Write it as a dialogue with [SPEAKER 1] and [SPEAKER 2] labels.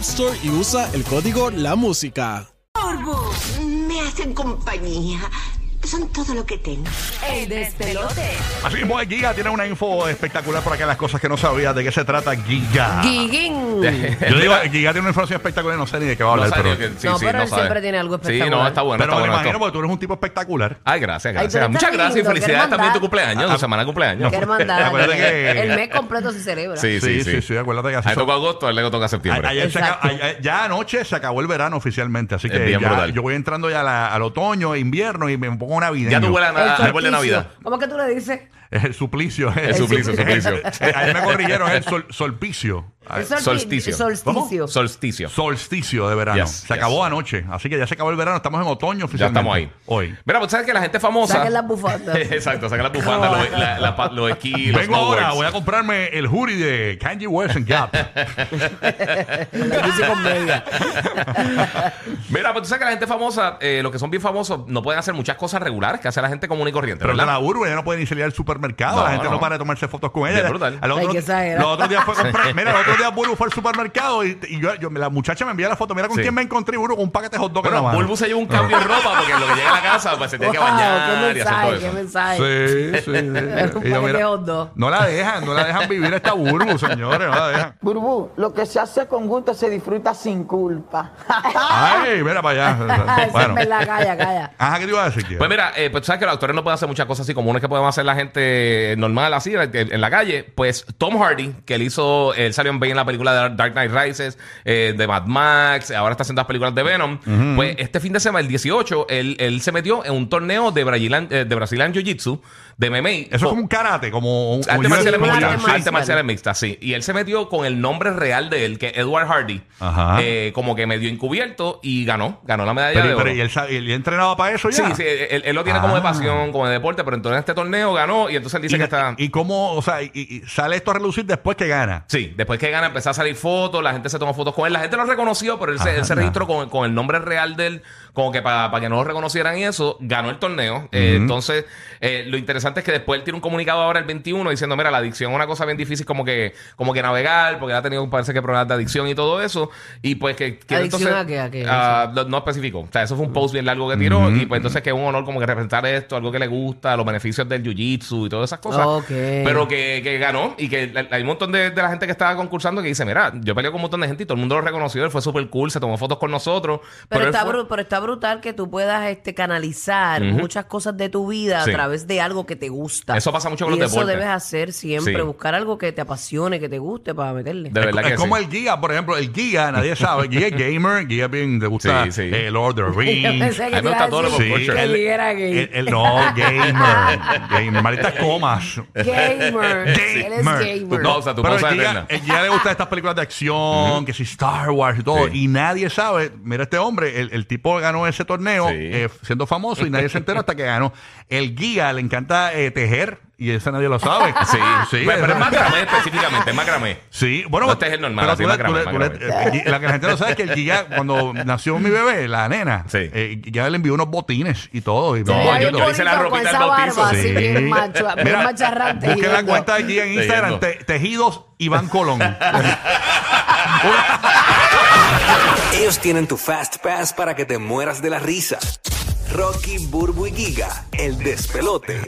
[SPEAKER 1] Store y usa el código La Música.
[SPEAKER 2] Corvo, me hacen compañía. Son todo lo que tengo.
[SPEAKER 3] El despelote.
[SPEAKER 4] Así mismo es, Giga tiene una info espectacular por acá, las cosas que no sabías. ¿De qué se trata
[SPEAKER 5] Ah.
[SPEAKER 4] Giga?
[SPEAKER 3] Giguín.
[SPEAKER 4] Yo digo, Giga tiene una información espectacular, no sé ni de qué va a hablar, pero...
[SPEAKER 3] No, pero él siempre tiene algo
[SPEAKER 5] Sí,
[SPEAKER 3] espectacular.
[SPEAKER 5] no, está bueno,
[SPEAKER 4] Pero
[SPEAKER 5] está Ah,
[SPEAKER 4] me lo
[SPEAKER 5] bueno.
[SPEAKER 4] imagino
[SPEAKER 5] esto.
[SPEAKER 4] porque tú eres un tipo espectacular.
[SPEAKER 5] Ay, gracias,
[SPEAKER 3] Ay,
[SPEAKER 5] gracias.
[SPEAKER 3] pero está
[SPEAKER 5] Muchas gracias y
[SPEAKER 3] lindo, qué
[SPEAKER 5] felicidades también tu
[SPEAKER 3] hermandad.
[SPEAKER 4] Ah.
[SPEAKER 5] cumpleaños, tu semana de cumpleaños.
[SPEAKER 3] Qué hermandad.
[SPEAKER 4] Acuérdate que-
[SPEAKER 3] El mes completo se celebra.
[SPEAKER 5] Sí, sí, sí.
[SPEAKER 4] acuérdate que así
[SPEAKER 5] A él
[SPEAKER 4] son-
[SPEAKER 5] tocó agosto, a él le toca septiembre.
[SPEAKER 4] A- ayer se
[SPEAKER 3] Exacto.
[SPEAKER 4] acaba- ayer- ya anoche se acabó el verano oficialmente, así
[SPEAKER 5] Es
[SPEAKER 4] que
[SPEAKER 5] bien
[SPEAKER 4] ya
[SPEAKER 5] brutal.
[SPEAKER 4] yo voy entrando ya a la- al otoño, invierno y me pongo navideño.
[SPEAKER 5] ya tú hueles a
[SPEAKER 3] El
[SPEAKER 5] nada, Ah, árbol de
[SPEAKER 3] solsticio.
[SPEAKER 5] Navidad.
[SPEAKER 3] ¿Cómo que tú le dices?
[SPEAKER 4] Es el suplicio.
[SPEAKER 5] El suplicio, el suplicio.
[SPEAKER 4] Ahí me corrigieron, es el sol- solpicio. Ah,
[SPEAKER 3] El solsti-
[SPEAKER 5] Ah, Solsticio.
[SPEAKER 3] Solsticio.
[SPEAKER 5] Solsticio.
[SPEAKER 4] Solsticio de verano.
[SPEAKER 5] Yes,
[SPEAKER 4] se
[SPEAKER 5] yes.
[SPEAKER 4] acabó anoche, así que ya se acabó el verano, estamos en otoño
[SPEAKER 5] Ya
[SPEAKER 4] oficialmente.
[SPEAKER 5] estamos ahí.
[SPEAKER 4] Hoy.
[SPEAKER 5] Mira, pues sabes que la gente famosa.
[SPEAKER 3] Saquen las bufandas.
[SPEAKER 5] Exacto, saquen las bufandas, los, la, la pa- los esquí, los
[SPEAKER 4] Vengo ahora,
[SPEAKER 5] snowboards.
[SPEAKER 4] voy a comprarme el hoodie de Kanye West en Gap.
[SPEAKER 3] La bici con media.
[SPEAKER 5] Mira, pues tú sabes que la gente famosa, eh, los que son bien famosos, no pueden hacer muchas cosas regulares que hace la gente común y corriente,
[SPEAKER 4] Pero está
[SPEAKER 5] ¿verdad?
[SPEAKER 4] la urbe, ya no puede ni salir al supermercado, la
[SPEAKER 5] No,
[SPEAKER 4] gente no.
[SPEAKER 5] no.
[SPEAKER 4] para de tomarse fotos con
[SPEAKER 5] Es
[SPEAKER 4] ella.
[SPEAKER 5] brutal.
[SPEAKER 4] Al otro-
[SPEAKER 3] Ay, qué exagerado.
[SPEAKER 4] los otros días fue a comprar, mira, el otro día Buru fue al supermercado y, y yo, yo- la muchacha me envía la foto, mira con
[SPEAKER 5] Sí.
[SPEAKER 4] quién me encontré, Buru, con un paquete de hot dog en la
[SPEAKER 5] Bueno,
[SPEAKER 4] mano.
[SPEAKER 5] Bulbu se lleva un cambio de ropa porque lo que llega a la casa pues, se tiene que
[SPEAKER 3] Wow,
[SPEAKER 5] bañar
[SPEAKER 3] qué
[SPEAKER 5] y hacer todo
[SPEAKER 3] mensaje, qué
[SPEAKER 5] eso.
[SPEAKER 3] mensaje.
[SPEAKER 4] Sí, sí, sí. Y yo,
[SPEAKER 3] paquete
[SPEAKER 4] mira,
[SPEAKER 3] de hot dog.
[SPEAKER 4] no la dejan, no la dejan vivir esta Burbu, señores, no la dejan.
[SPEAKER 6] Burbu, lo que se hace con gusto se disfruta sin culpa.
[SPEAKER 4] Ay, mira para
[SPEAKER 3] Ah,
[SPEAKER 4] allá.
[SPEAKER 3] esa
[SPEAKER 4] Bueno.
[SPEAKER 3] es verdad, calla, calla.
[SPEAKER 4] Ajá, ¿qué te iba a decir? Kiera?
[SPEAKER 5] Pues mira, eh, pues tú sabes que los actores no pueden hacer muchas cosas así comunes que podemos hacer la gente normal así en en la calle. Pues Tom Hardy, que él hizo, él salió en, en la película de Dark Knight Rises, eh, de Mad Max, ahora está haciendo las películas de Venom. Pues este fin de semana, el 18, él, él se metió en un torneo de Brasilan, eh, de Brazilian Jiu-Jitsu, de MMA.
[SPEAKER 4] Eso es
[SPEAKER 5] Con-
[SPEAKER 4] como un karate, como un
[SPEAKER 5] Arte
[SPEAKER 4] un
[SPEAKER 5] marciales
[SPEAKER 4] UFC,
[SPEAKER 3] Arte
[SPEAKER 5] mixtas.
[SPEAKER 3] marcial.
[SPEAKER 5] Arte marciales mixtas, sí. Y él se metió con el nombre real de él, que es Edward Hardy.
[SPEAKER 4] Ajá.
[SPEAKER 5] Eh, como que medio encubierto y ganó. Ganó la medalla de
[SPEAKER 4] Pero,
[SPEAKER 5] oro.
[SPEAKER 4] pero, ¿y él, sa- él entrenaba para eso
[SPEAKER 5] Sí,
[SPEAKER 4] ya?
[SPEAKER 5] sí, él, él lo tiene como de pasión, como de deporte, pero entonces en este torneo ganó y entonces él dice
[SPEAKER 4] y,
[SPEAKER 5] que está...
[SPEAKER 4] y cómo, o sea, y, y sale esto a relucir después que gana.
[SPEAKER 5] Sí, después que gana empezó a salir fotos, la gente se tomó fotos con él, la gente lo reconoció, pero él se, él se
[SPEAKER 4] Ajá.
[SPEAKER 5] registró con, con el nombre real de él, como que para que no lo reconocieran y eso, ganó el torneo. Eh, entonces, eh, lo interesante es que después él tiene un comunicado ahora el 21 diciendo, mira, la adicción es una cosa bien difícil como que, como que navegar, porque él ha tenido parece que problemas de adicción y todo eso, y pues que... que
[SPEAKER 3] ¿Adicción a qué? ¿A qué?
[SPEAKER 5] Ah, no, no especificó, o sea, eso fue un post bien largo que tiró, y pues entonces que es un honor como que representar esto, algo que le gusta, los beneficios del jiu-jitsu y todas esas cosas.
[SPEAKER 3] Ok.
[SPEAKER 5] Pero que, que ganó y que la- hay un montón de, de la gente que estaba concursando que dice, mira, yo peleé con un montón de gente y todo el mundo lo reconoció, él fue súper cool, se tomó fotos con nosotros.
[SPEAKER 3] Pero,
[SPEAKER 5] él
[SPEAKER 3] está
[SPEAKER 5] fue-
[SPEAKER 3] bru- pero está brutal que tú puedas este, canalizar muchas cosas de tu vida
[SPEAKER 5] Sí.
[SPEAKER 3] a través de algo que te gusta.
[SPEAKER 5] Eso pasa mucho con
[SPEAKER 3] Y
[SPEAKER 5] los
[SPEAKER 3] eso
[SPEAKER 5] deportes.
[SPEAKER 3] debes hacer siempre,
[SPEAKER 5] Sí.
[SPEAKER 3] buscar algo que te apasione, que te guste para meterle.
[SPEAKER 5] De verdad
[SPEAKER 4] es
[SPEAKER 5] que
[SPEAKER 4] como
[SPEAKER 5] sí.
[SPEAKER 4] el Giga, por ejemplo, el Giga, nadie sabe, el Giga es gamer, Giga bien le gusta
[SPEAKER 5] Sí, sí.
[SPEAKER 4] eh, Lord of the
[SPEAKER 3] Yo
[SPEAKER 4] Rings.
[SPEAKER 3] pensé
[SPEAKER 5] A mí
[SPEAKER 3] que
[SPEAKER 5] me
[SPEAKER 3] te
[SPEAKER 5] gusta
[SPEAKER 3] iba a
[SPEAKER 5] todo lo
[SPEAKER 3] decir
[SPEAKER 5] pop culture.
[SPEAKER 3] que
[SPEAKER 4] el,
[SPEAKER 3] dijera gay.
[SPEAKER 4] el- el- no, gamer, gamer, malditas comas.
[SPEAKER 3] Gamer. Él es
[SPEAKER 5] Tú
[SPEAKER 3] gamer.
[SPEAKER 5] no, o sea, tú
[SPEAKER 4] Pero
[SPEAKER 5] no
[SPEAKER 4] el
[SPEAKER 5] sabes
[SPEAKER 4] Giga,
[SPEAKER 5] nada.
[SPEAKER 4] el Giga le gustan estas películas de acción, que si Star Wars y todo,
[SPEAKER 5] Sí.
[SPEAKER 4] y nadie sabe. Mira este hombre, el, el tipo ganó ese torneo
[SPEAKER 5] Sí.
[SPEAKER 4] eh, siendo famoso y nadie se enteró hasta que ganó. El Giga le encanta eh, tejer y eso nadie lo sabe.
[SPEAKER 5] Sí,
[SPEAKER 4] Ah,
[SPEAKER 5] sí. Pero, pero
[SPEAKER 4] es
[SPEAKER 5] es macramé específicamente, es macramé.
[SPEAKER 4] Sí, bueno,
[SPEAKER 5] No, este es el normal, así,
[SPEAKER 4] tú le- tú
[SPEAKER 5] macramé,
[SPEAKER 4] le- tú le-
[SPEAKER 5] macramé.
[SPEAKER 4] eh, la que la gente no sabe es que el Giga, cuando nació mi bebé, la nena,
[SPEAKER 5] Sí.
[SPEAKER 4] eh, ya le envió unos botines y todo. Y
[SPEAKER 5] No,
[SPEAKER 3] Mira,
[SPEAKER 5] yo-
[SPEAKER 3] bien
[SPEAKER 5] yo le hice la
[SPEAKER 3] bonito, con
[SPEAKER 5] ropita al
[SPEAKER 3] esa
[SPEAKER 5] bautizo.
[SPEAKER 3] barba, así
[SPEAKER 4] Sí.
[SPEAKER 3] bien macho, bien
[SPEAKER 4] Mira,
[SPEAKER 3] macharrante.
[SPEAKER 4] Busquen la
[SPEAKER 3] yendo.
[SPEAKER 4] cuenta de Giga en Instagram, te- Tejidos Iván Colón.
[SPEAKER 7] Ellos tienen tu Fast Pass para que te mueras de la risa. Rocky, Burbu y Giga, el despelote.